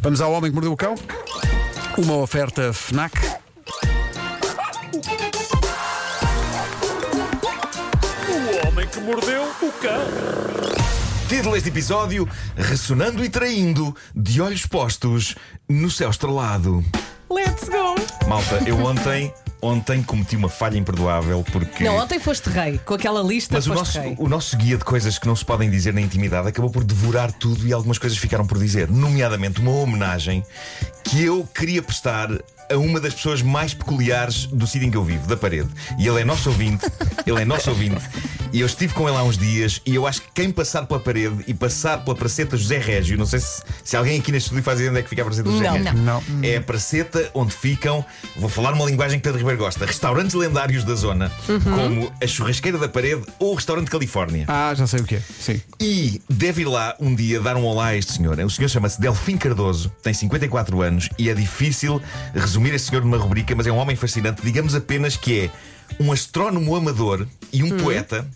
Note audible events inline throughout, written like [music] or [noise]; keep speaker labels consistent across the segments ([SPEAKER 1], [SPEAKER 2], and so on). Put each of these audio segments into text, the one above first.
[SPEAKER 1] Vamos ao Homem que Mordeu o Cão. Uma oferta FNAC.
[SPEAKER 2] O homem que mordeu o cão.
[SPEAKER 3] Título deste episódio: Ressonando e Traindo, de olhos postos, no céu estrelado.
[SPEAKER 4] Let's go!
[SPEAKER 3] Malta, eu ontem, ontem cometi uma falha imperdoável porque.
[SPEAKER 4] Não, ontem foste rei, com aquela lista
[SPEAKER 3] Mas o
[SPEAKER 4] foste
[SPEAKER 3] nosso,
[SPEAKER 4] rei.
[SPEAKER 3] o nosso guia de coisas que não se podem dizer na intimidade acabou por devorar tudo e algumas coisas ficaram por dizer, nomeadamente uma homenagem que eu queria prestar a uma das pessoas mais peculiares do sítio em que eu vivo, da parede. E ele é nosso
[SPEAKER 4] [laughs]
[SPEAKER 3] ouvinte, ele é nosso ouvinte, e eu estive com ele há uns dias, e eu acho que quem passar pela parede e passar pela praceta José Régio, não sei se, se alguém aqui neste estúdio faz ideia onde é que fica a praceta José
[SPEAKER 4] Não,
[SPEAKER 3] Régio.
[SPEAKER 1] Não.
[SPEAKER 4] não.
[SPEAKER 3] É a praceta onde ficam, vou falar uma linguagem que Pedro Ribeiro gosta, restaurantes lendários da zona, como a Churrasqueira da Parede ou o Restaurante Califórnia.
[SPEAKER 1] Ah, já sei o que é. Sim.
[SPEAKER 3] E deve ir lá um dia dar um olá a este senhor. O senhor chama-se Delfim Cardoso, tem 54 anos e é difícil resumir este senhor numa rubrica, mas é um homem fascinante. Digamos apenas que é um astrónomo amador e
[SPEAKER 5] Hum.
[SPEAKER 3] um poeta.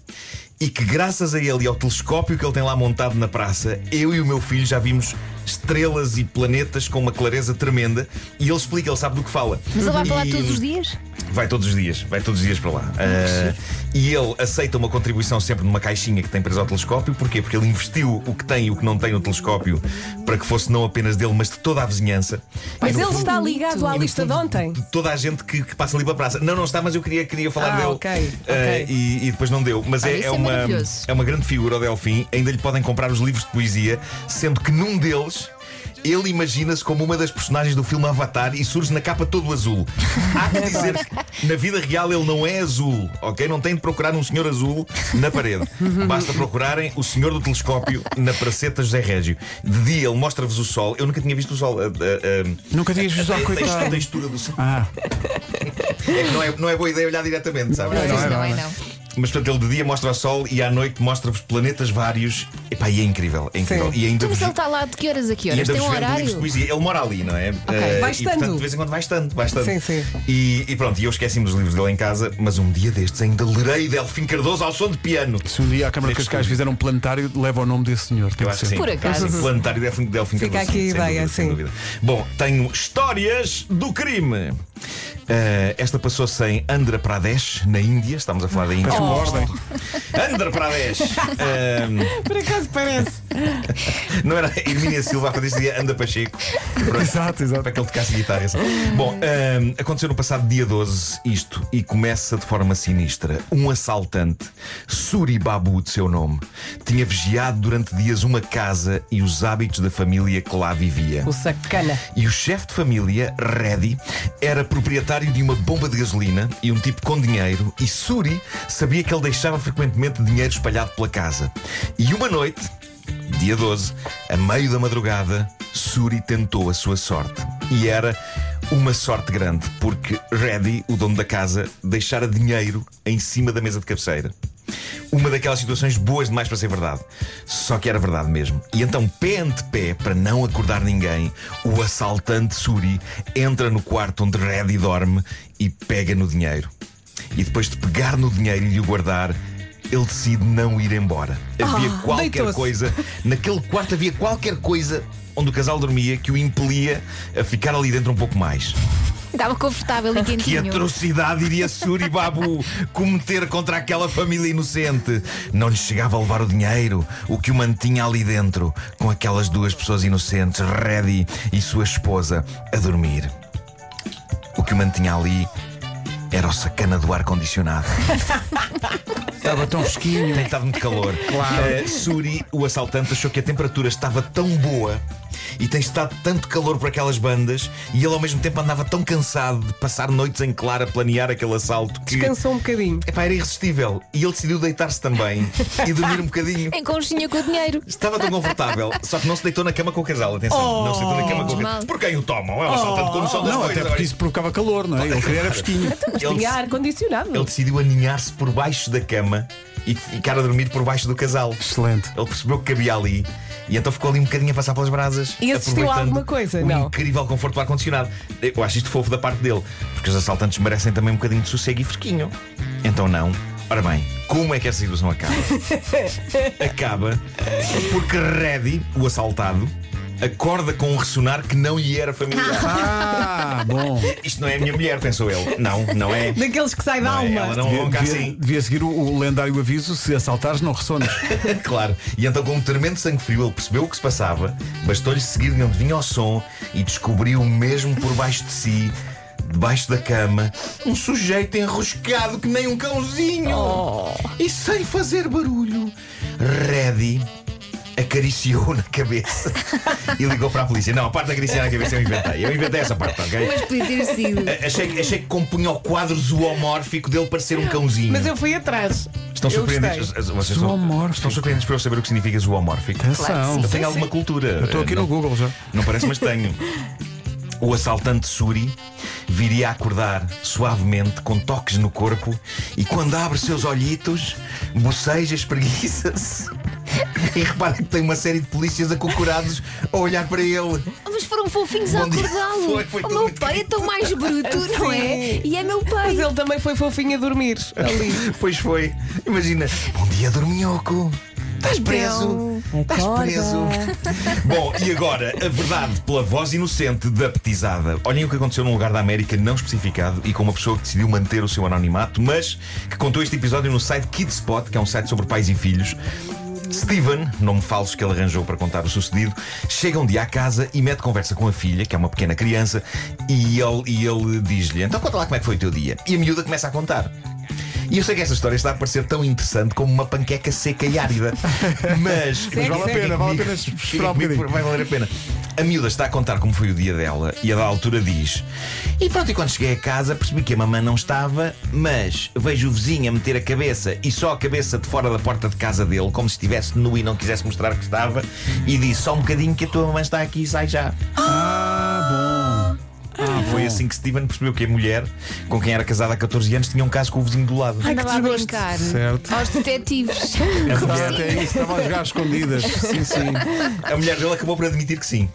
[SPEAKER 3] E que, graças a ele e ao telescópio que ele tem lá montado na praça, eu e o meu filho já vimos estrelas e planetas com uma clareza tremenda. E ele explica, ele sabe do que fala.
[SPEAKER 5] Mas ele vai para lá
[SPEAKER 3] E-
[SPEAKER 5] todos os dias?
[SPEAKER 3] Vai todos os dias, vai todos os dias para lá. Ah, e ele aceita uma contribuição sempre numa caixinha que tem presa ao telescópio. Porquê? Porque ele investiu o que tem e o que não tem no telescópio para que fosse não apenas dele, mas de toda a vizinhança.
[SPEAKER 4] Mas
[SPEAKER 3] E no
[SPEAKER 4] ele
[SPEAKER 3] fundo,
[SPEAKER 4] está ligado à
[SPEAKER 3] e no
[SPEAKER 4] lista é de
[SPEAKER 3] fundo,
[SPEAKER 4] ontem.
[SPEAKER 3] de Toda a gente que, que passa ali pela praça. Não, não está, mas eu queria, queria falar
[SPEAKER 4] Ah,
[SPEAKER 3] dele.
[SPEAKER 4] ok,
[SPEAKER 3] Ah,
[SPEAKER 4] ok.
[SPEAKER 3] e, e depois não deu. Mas
[SPEAKER 5] Ah,
[SPEAKER 3] é,
[SPEAKER 5] isso é
[SPEAKER 3] uma,
[SPEAKER 5] maravilhoso.
[SPEAKER 3] é uma grande figura, o Delfim. Ainda lhe podem comprar os livros de poesia, sendo que num deles. Ele imagina-se como uma das personagens do filme Avatar e surge na capa todo azul. Há que dizer que na vida real ele não é azul, ok? Não tem de procurar um senhor azul na parede. Basta procurarem o senhor do telescópio na praceta José Régio. De dia ele mostra-vos o sol. Eu nunca tinha visto o sol. Ah, ah, ah,
[SPEAKER 1] Nunca tinhas visto a
[SPEAKER 3] a
[SPEAKER 1] coitado.
[SPEAKER 3] textura do sol.
[SPEAKER 1] Ah,
[SPEAKER 3] É que não é, não é boa ideia olhar diretamente, sabe?
[SPEAKER 1] não,
[SPEAKER 5] Pois
[SPEAKER 1] não,
[SPEAKER 5] é,
[SPEAKER 1] não.
[SPEAKER 3] Mas portanto, ele de dia mostra o Sol e à noite mostra-vos planetas vários. Epá, e é incrível, é incrível.
[SPEAKER 4] Sim.
[SPEAKER 3] E ainda
[SPEAKER 5] Então, mas
[SPEAKER 3] vos.
[SPEAKER 5] ele está lá de que horas a que
[SPEAKER 3] E
[SPEAKER 5] horas?
[SPEAKER 3] ainda
[SPEAKER 5] Tem
[SPEAKER 3] vos
[SPEAKER 5] um
[SPEAKER 3] vende livros de
[SPEAKER 5] horário?
[SPEAKER 3] poesia. Ele mora ali, não é? Eh,
[SPEAKER 4] vai
[SPEAKER 3] e
[SPEAKER 4] estando.
[SPEAKER 3] portanto, de vez em quando vai estando, vai estando.
[SPEAKER 4] Sim, sim.
[SPEAKER 3] E, e pronto, e eu esqueci-me dos livros dele em casa, mas um dia destes ainda lerei Delfim Cardoso ao som de piano.
[SPEAKER 1] se um dia a Câmara de
[SPEAKER 3] Neste
[SPEAKER 1] Cascais
[SPEAKER 3] estúdio.
[SPEAKER 1] fizer um planetário, leva o nome desse senhor. Tem
[SPEAKER 3] Eu
[SPEAKER 1] que
[SPEAKER 3] acho que
[SPEAKER 1] ser.
[SPEAKER 3] sim.
[SPEAKER 5] Por acaso.
[SPEAKER 3] Eu acho que [laughs] planetário Delfim Delfim
[SPEAKER 4] Fica
[SPEAKER 3] Cardoso,
[SPEAKER 4] aqui a
[SPEAKER 3] sem
[SPEAKER 4] ideia,
[SPEAKER 3] dúvida, sem
[SPEAKER 4] sim.
[SPEAKER 3] dúvida. Bom, tenho histórias do crime. Ah, esta passou-se em Andhra Pradesh, na Índia. Estamos a falar da Índia. Oh.
[SPEAKER 1] Parece uma
[SPEAKER 3] [laughs]
[SPEAKER 1] ordem.
[SPEAKER 3] Andhra Pradesh! Ah,
[SPEAKER 4] [laughs] Por acaso parece.
[SPEAKER 3] Não era Hermínia Silva a fazer este dia Anda Pacheco é
[SPEAKER 1] Exato, exato.
[SPEAKER 3] para que ele tocasse guitarra. sabe? Bom, ahm, aconteceu no passado dia 12 isto e começa de forma sinistra. Um assaltante, Suri Babu de seu nome, tinha vigiado durante dias uma casa e os hábitos da família que lá vivia.
[SPEAKER 4] O sacana.
[SPEAKER 3] E o chefe de família, Reddy, era proprietário de uma bomba de gasolina e um tipo com dinheiro, e Suri sabia que ele deixava frequentemente dinheiro espalhado pela casa. E uma noite, dia 12, a meio da madrugada, Suri tentou a sua sorte. E era uma sorte grande, porque Reddy, o dono da casa, deixara dinheiro em cima da mesa de cabeceira. Uma daquelas situações boas demais para ser verdade. Só que era verdade mesmo. E então, pé ante pé, para não acordar ninguém, o assaltante Suri entra no quarto onde Reddy dorme e pega no dinheiro. E depois de pegar no dinheiro e lhe o guardar, ele decide não ir embora. Havia qualquer
[SPEAKER 4] deitou-se.
[SPEAKER 3] coisa, naquele quarto havia qualquer coisa onde o casal dormia que o impelia a ficar ali dentro um pouco mais.
[SPEAKER 5] Estava confortável e
[SPEAKER 3] Que
[SPEAKER 5] quentinho.
[SPEAKER 3] atrocidade iria Suribabu cometer contra aquela família inocente? Não lhe chegava a levar o dinheiro, o que o mantinha ali dentro, com aquelas duas pessoas inocentes, Reddy e sua esposa, a dormir. O que o mantinha ali era o sacana
[SPEAKER 1] [laughs]
[SPEAKER 3] do ar-condicionado.
[SPEAKER 1] Estava tão fresquinho.
[SPEAKER 3] Tem estado muito calor. Eh, Suri, o assaltante, achou que a temperatura estava tão boa e tem estado tanto calor por aquelas bandas e ele ao mesmo tempo andava tão cansado de passar noites em claro a planear aquele assalto que.
[SPEAKER 4] Descansou um bocadinho.
[SPEAKER 3] Epá, era irresistível. E ele decidiu deitar-se também e dormir um bocadinho.
[SPEAKER 5] Em conchinha com o dinheiro.
[SPEAKER 3] Estava tão confortável, só que não se deitou na cama com o casal, atenção. não se deitou na cama com o
[SPEAKER 5] Menos mal.
[SPEAKER 3] casal. Por quem o tomam? É um assaltante quando são das
[SPEAKER 1] Oh. Não,
[SPEAKER 3] coisas.
[SPEAKER 1] até porque isso provocava calor, não é? Ele queria era fresquinho. [laughs]
[SPEAKER 4] Então, Mas
[SPEAKER 3] Ele-
[SPEAKER 4] tinha ar-condicionado.
[SPEAKER 3] Ele decidiu aninhar-se por baixo da cama e ficar a dormir por baixo do casal.
[SPEAKER 1] Excelente.
[SPEAKER 3] Ele percebeu que cabia ali e então ficou ali um bocadinho a passar pelas brasas.
[SPEAKER 4] E assistiu a
[SPEAKER 3] aproveitando
[SPEAKER 4] alguma coisa?
[SPEAKER 3] o
[SPEAKER 4] Não.
[SPEAKER 3] Incrível conforto do ar-condicionado. Eu acho isto fofo da parte dele, porque os assaltantes merecem também um bocadinho de sossego e fresquinho. Então não. Ora bem, como é que essa situação
[SPEAKER 4] [laughs]
[SPEAKER 3] acaba? acaba porque Reddy, o assaltado, acorda com um ressonar que não lhe era
[SPEAKER 4] [laughs]
[SPEAKER 3] familiar.
[SPEAKER 1] Ah, bom.
[SPEAKER 3] [laughs] Isto não é a minha mulher, pensou ele. Não, não é.
[SPEAKER 4] Daqueles que saem da
[SPEAKER 3] Não é,
[SPEAKER 4] alma.
[SPEAKER 3] ela não ronca
[SPEAKER 1] Devia,
[SPEAKER 3] assim.
[SPEAKER 1] devia seguir o, o lendário aviso: se assaltares, não
[SPEAKER 3] [laughs]
[SPEAKER 1] ressones.
[SPEAKER 3] Claro. E então, com um tremendo sangue frio, ele percebeu o que se passava, bastou-lhe seguir de onde vinha o som e descobriu, mesmo por baixo de si, debaixo da cama, um sujeito enroscado que nem um cãozinho. E sem fazer barulho, Reddy acariciou na cabeça e ligou para a polícia. Não, a parte da acariciar na cabeça eu inventei. Eu inventei essa parte, ok?
[SPEAKER 5] Mas podia ter sido.
[SPEAKER 3] A- Achei, que- achei que compunha o quadro zoomórfico dele parecer um cãozinho.
[SPEAKER 4] Mas eu fui atrás.
[SPEAKER 3] Estão
[SPEAKER 4] eu
[SPEAKER 3] surpreendidos.
[SPEAKER 4] gostei.
[SPEAKER 3] as- as- Vocês estão,
[SPEAKER 1] Zoomórfico.
[SPEAKER 3] estão surpreendidos para eu saber o que significa zoomórfico.
[SPEAKER 1] Atenção.
[SPEAKER 3] Eu tenho alguma cultura.
[SPEAKER 1] Tá Eu estou aqui
[SPEAKER 3] não,
[SPEAKER 1] no Google já.
[SPEAKER 3] Não parece, mas tenho. O assaltante Suri viria a acordar suavemente, com toques no corpo, e quando abre seus olhitos, boceja, espreguiça-se. E repara que tem uma série de polícias acocorados a olhar para ele.
[SPEAKER 5] Ah, Mas foram fofinhos a
[SPEAKER 3] Bom dia.
[SPEAKER 5] acordá-lo.
[SPEAKER 3] Foi, foi
[SPEAKER 5] O
[SPEAKER 3] tudo
[SPEAKER 5] meu
[SPEAKER 3] muito
[SPEAKER 5] pai é tão mais bruto, não é?
[SPEAKER 4] Sim.
[SPEAKER 5] E é meu pai.
[SPEAKER 4] Mas ele também foi fofinho a dormir ali.
[SPEAKER 3] [laughs] Pois foi. Imagina. Bom dia, Dorminhoco. Estás preso. Estás preso. Bom, e agora, a verdade pela voz inocente da petizada. Olhem o que aconteceu num lugar da América não especificado e com uma pessoa que decidiu manter o seu anonimato, mas que contou este episódio no site Kidspot, que é um site sobre pais e filhos. Steven, nome falso que ele arranjou para contar o sucedido, chega um dia à casa e mete conversa com a filha, que é uma pequena criança, e ele, e ele diz-lhe: Então conta lá como é que foi o teu dia. E a miúda começa a contar. E eu sei que esta história está a parecer tão interessante como uma panqueca seca e [laughs] árida. Mas,
[SPEAKER 1] Mas vale a
[SPEAKER 3] fiquem
[SPEAKER 1] pena, vale a
[SPEAKER 3] comigo.
[SPEAKER 1] pena
[SPEAKER 3] Fiquem
[SPEAKER 1] esperar um
[SPEAKER 3] comigo,
[SPEAKER 1] bocadinho.
[SPEAKER 3] Vai valer a pena. A miúda está a contar como foi o dia dela e a da altura diz: E pronto, e quando cheguei a casa percebi que a mamã não estava, mas vejo o vizinho a meter a cabeça e só a cabeça de fora da porta de casa dele, como se estivesse nu e não quisesse mostrar que estava, e disse: Só um bocadinho que a tua mamã está aqui e sai já.
[SPEAKER 1] Ah,
[SPEAKER 3] E foi assim que Steven percebeu que a mulher com quem era casada há 14 anos tinha um caso com o vizinho do lado.
[SPEAKER 5] Andava a brincar
[SPEAKER 1] bom. Certo.
[SPEAKER 5] aos detetives.
[SPEAKER 3] A mulher-
[SPEAKER 1] Até isso, estava a jogar escondidas. Sim, sim.
[SPEAKER 3] A mulher dele acabou por admitir que sim.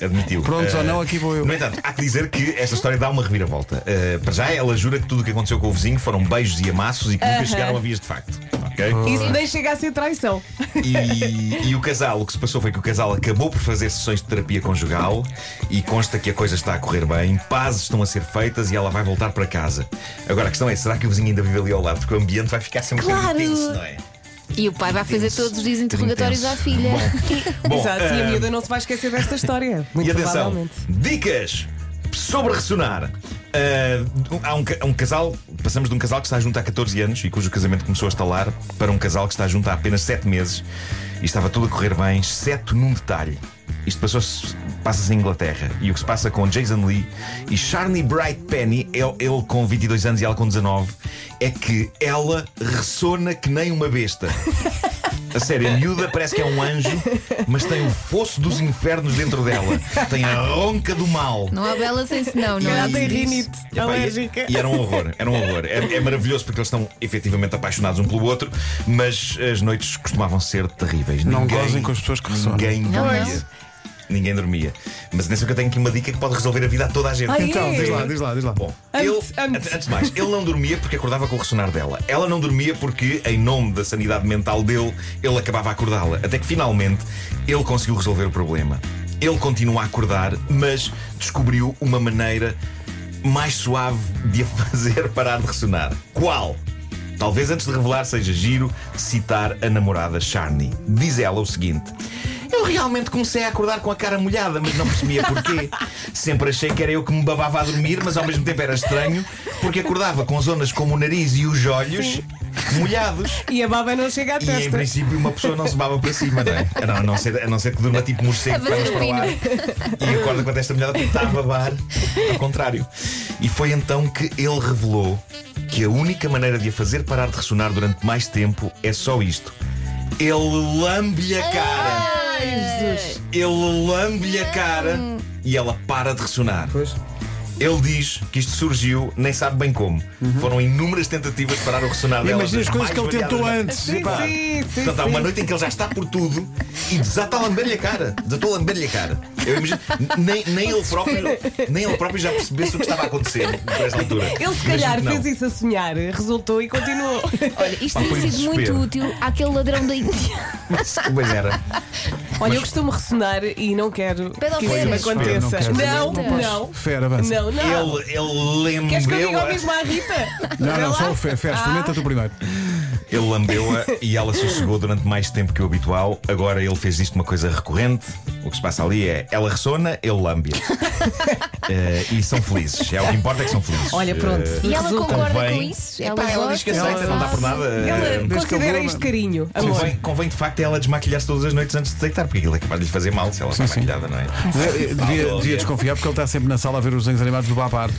[SPEAKER 3] Admitiu.
[SPEAKER 1] Prontos
[SPEAKER 3] Eh,
[SPEAKER 1] ou não, aqui vou eu.
[SPEAKER 3] No entanto, há que dizer que esta história dá uma reviravolta. Eh, para já, ela jura que tudo o que aconteceu com o vizinho foram beijos e amassos e que nunca chegaram a vias de facto. Ok?
[SPEAKER 4] Isso nem chega a ser traição.
[SPEAKER 3] E, e o casal, o que se passou foi que o casal acabou por fazer sessões de terapia conjugal e consta que a coisa está a correr bem, pazes estão a ser feitas e ela vai voltar para casa. Agora a questão é: será que o vizinho ainda vive ali ao lado? Porque o ambiente vai ficar sempre um bocadinho
[SPEAKER 5] Claro.
[SPEAKER 3] tenso, não é?
[SPEAKER 5] E o pai vai fazer
[SPEAKER 3] Intenso.
[SPEAKER 5] todos os dias interrogatórios à
[SPEAKER 3] Intenso.
[SPEAKER 5] filha.
[SPEAKER 3] um.
[SPEAKER 5] [laughs]
[SPEAKER 3] Bom,
[SPEAKER 4] Exato. E a
[SPEAKER 3] eh,
[SPEAKER 4] ah, miúda não se vai esquecer desta história. Muito
[SPEAKER 3] E atenção,
[SPEAKER 4] provavelmente.
[SPEAKER 3] dicas sobre ressonar. Ah, há um, ca- um casal, passamos de um casal que está junto há 14 anos e cujo casamento começou a estalar para um casal que está junto há apenas 7 meses e estava tudo a correr bem, exceto num detalhe. Isto passou-se- passa-se em Inglaterra e o que se passa com Jason Lee e Charney Bright Penny, ele, ele com 22 anos e ela com 19, é que ela ressona que nem uma besta. A sério, a miúda parece que é um anjo, mas tem o fosso dos infernos dentro dela. Tem a ronca do mal.
[SPEAKER 5] Não há bela sem senão, não
[SPEAKER 4] Ela
[SPEAKER 5] é?
[SPEAKER 4] tem rinite
[SPEAKER 3] Epá, e-
[SPEAKER 4] alérgica.
[SPEAKER 3] E, era um horror, era um horror. É, é maravilhoso porque eles estão efetivamente apaixonados um pelo outro, mas as noites costumavam ser terríveis.
[SPEAKER 1] Não
[SPEAKER 3] Ninguém-
[SPEAKER 1] gozem com as pessoas que ressonam.
[SPEAKER 3] Ninguém
[SPEAKER 5] Não,
[SPEAKER 3] dormia.
[SPEAKER 5] não.
[SPEAKER 3] Ninguém dormia. Mas atenção que eu tenho aqui uma dica que pode resolver a vida a toda a gente.
[SPEAKER 4] Ai,
[SPEAKER 1] Então,
[SPEAKER 4] é?
[SPEAKER 1] diz lá, diz lá, diz lá.
[SPEAKER 3] Bom,
[SPEAKER 4] Antes-
[SPEAKER 3] ele,
[SPEAKER 4] antes.
[SPEAKER 3] antes. de mais, ele não dormia porque acordava com o ressonar dela. Ela não dormia porque, em nome da sanidade mental dele, ele acabava a acordá-la. Até que finalmente ele conseguiu resolver o problema. Ele continua a acordar, mas descobriu uma maneira mais suave de a [laughs] fazer parar de ressonar. Qual? Talvez antes de revelar seja giro citar a namorada Charney. Diz ela o seguinte: Eu realmente comecei a acordar com a cara molhada, mas não percebia porquê. Sempre achei que era eu que me babava a dormir, mas ao mesmo tempo era estranho, porque acordava com zonas como o nariz e os olhos molhados.
[SPEAKER 4] E a baba não chega à
[SPEAKER 3] E em
[SPEAKER 4] testa.
[SPEAKER 3] princípio uma pessoa não se baba para cima, não é? A não, a não ser, a não ser que durma tipo morcego
[SPEAKER 5] A
[SPEAKER 3] que vai
[SPEAKER 5] fazer
[SPEAKER 3] para
[SPEAKER 5] o
[SPEAKER 3] lá e acorda com a testa molhada porque está tipo, tá a babar, ao contrário. E foi então que ele revelou que a única maneira de a fazer parar de ressonar durante mais tempo é só isto. Ele lambe-lhe a cara. Ele lambe-lhe a cara e ela para de ressonar. Ele diz que isto surgiu, nem sabe bem como. Foram inúmeras tentativas de parar o ressonar dela.
[SPEAKER 1] Uhum. Imagina as coisas que ele tentou
[SPEAKER 3] é?
[SPEAKER 1] antes.
[SPEAKER 4] Sim,
[SPEAKER 1] Epá.
[SPEAKER 4] sim, sim.
[SPEAKER 3] Portanto, há uma
[SPEAKER 4] sim.
[SPEAKER 3] noite em que ele já está por tudo e desata a lamber-lhe a cara. Desatou a lamber-lhe a cara. Eu imagino, nem, nem, ele próprio, nem ele próprio já percebesse o que estava a acontecer por esta altura.
[SPEAKER 4] Ele se
[SPEAKER 3] Imagino
[SPEAKER 4] calhar
[SPEAKER 3] que não.
[SPEAKER 4] fez isso a sonhar, resultou e continuou.
[SPEAKER 5] Olha, isto
[SPEAKER 3] Pá, foi
[SPEAKER 5] teria
[SPEAKER 3] um
[SPEAKER 5] sido muito
[SPEAKER 3] desespero.
[SPEAKER 5] útil àquele ladrão da Índia.
[SPEAKER 3] Mas, pois era.
[SPEAKER 4] Olha, eu costumo ressonar e não quero
[SPEAKER 5] Pede ao
[SPEAKER 4] que isso
[SPEAKER 5] Fera.
[SPEAKER 4] me
[SPEAKER 1] Espera, não
[SPEAKER 4] aconteça.
[SPEAKER 1] quero.
[SPEAKER 4] Não,
[SPEAKER 5] Não podes.
[SPEAKER 4] não.
[SPEAKER 1] Fera, avança.
[SPEAKER 4] Não, não.
[SPEAKER 3] Ele, ele lembra.
[SPEAKER 4] Queres que eu diga o mesmo
[SPEAKER 1] [laughs]
[SPEAKER 4] à Rita?
[SPEAKER 1] Não,
[SPEAKER 4] Vai
[SPEAKER 1] não,
[SPEAKER 4] lá.
[SPEAKER 1] só o Fé. Fé, experimenta
[SPEAKER 4] Ah.
[SPEAKER 1] tu primeiro.
[SPEAKER 3] Ele lambeu-a e ela sossegou durante mais tempo que o habitual. Agora ele fez isto uma coisa recorrente. O que se passa ali é ela ressona, ele
[SPEAKER 4] [laughs]
[SPEAKER 3] lambe-a. Eh, e são felizes. É o que importa é que são felizes.
[SPEAKER 4] Olha, pronto.
[SPEAKER 3] Eh,
[SPEAKER 5] E ela
[SPEAKER 4] Resulta.
[SPEAKER 5] concorda com
[SPEAKER 3] convém-
[SPEAKER 5] isso?
[SPEAKER 3] Epá, ela diz que
[SPEAKER 5] gosta,
[SPEAKER 3] aceita, não dá por
[SPEAKER 5] sabe.
[SPEAKER 3] nada. eh,
[SPEAKER 4] Ela
[SPEAKER 1] que eu
[SPEAKER 4] considera
[SPEAKER 1] vou-
[SPEAKER 4] isto carinho, amor.
[SPEAKER 3] Convém, convém de facto é ela desmaquilhar-se todas as noites antes de deitar, porque aquilo é capaz de lhe fazer mal se ela está
[SPEAKER 1] sim.
[SPEAKER 3] maquilhada, não é?
[SPEAKER 1] Eh, eh, Devia, devia desconfiar porque ele está sempre na sala a ver os desenhos animados do
[SPEAKER 4] [laughs]
[SPEAKER 1] Babar.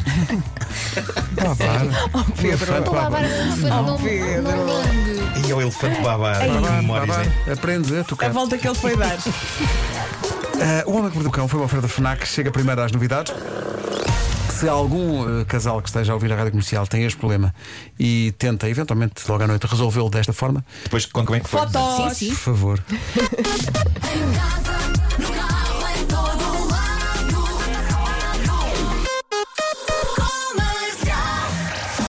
[SPEAKER 1] Babar.
[SPEAKER 4] Oh, Pedro.
[SPEAKER 1] Elefante
[SPEAKER 5] O Babar não, não,
[SPEAKER 4] Pedro.
[SPEAKER 5] não lambe.
[SPEAKER 3] E é o elefante babar, que
[SPEAKER 1] Babar,
[SPEAKER 3] memórias,
[SPEAKER 1] Babar.
[SPEAKER 3] né?
[SPEAKER 1] Aprendes a
[SPEAKER 4] A
[SPEAKER 1] tocar.
[SPEAKER 4] volta que ele foi dar.
[SPEAKER 1] é. Eh, o Homem que Mordeu o Cão foi uma oferta FNAC. Chega primeiro às novidades. Se algum eh, casal que esteja a ouvir a rádio comercial tem este problema e tenta, eventualmente, logo à noite, resolvê-lo desta forma,
[SPEAKER 3] Depois conta como é que foi.
[SPEAKER 4] Fotos.
[SPEAKER 5] Sim, sim.
[SPEAKER 1] por favor,
[SPEAKER 6] Casa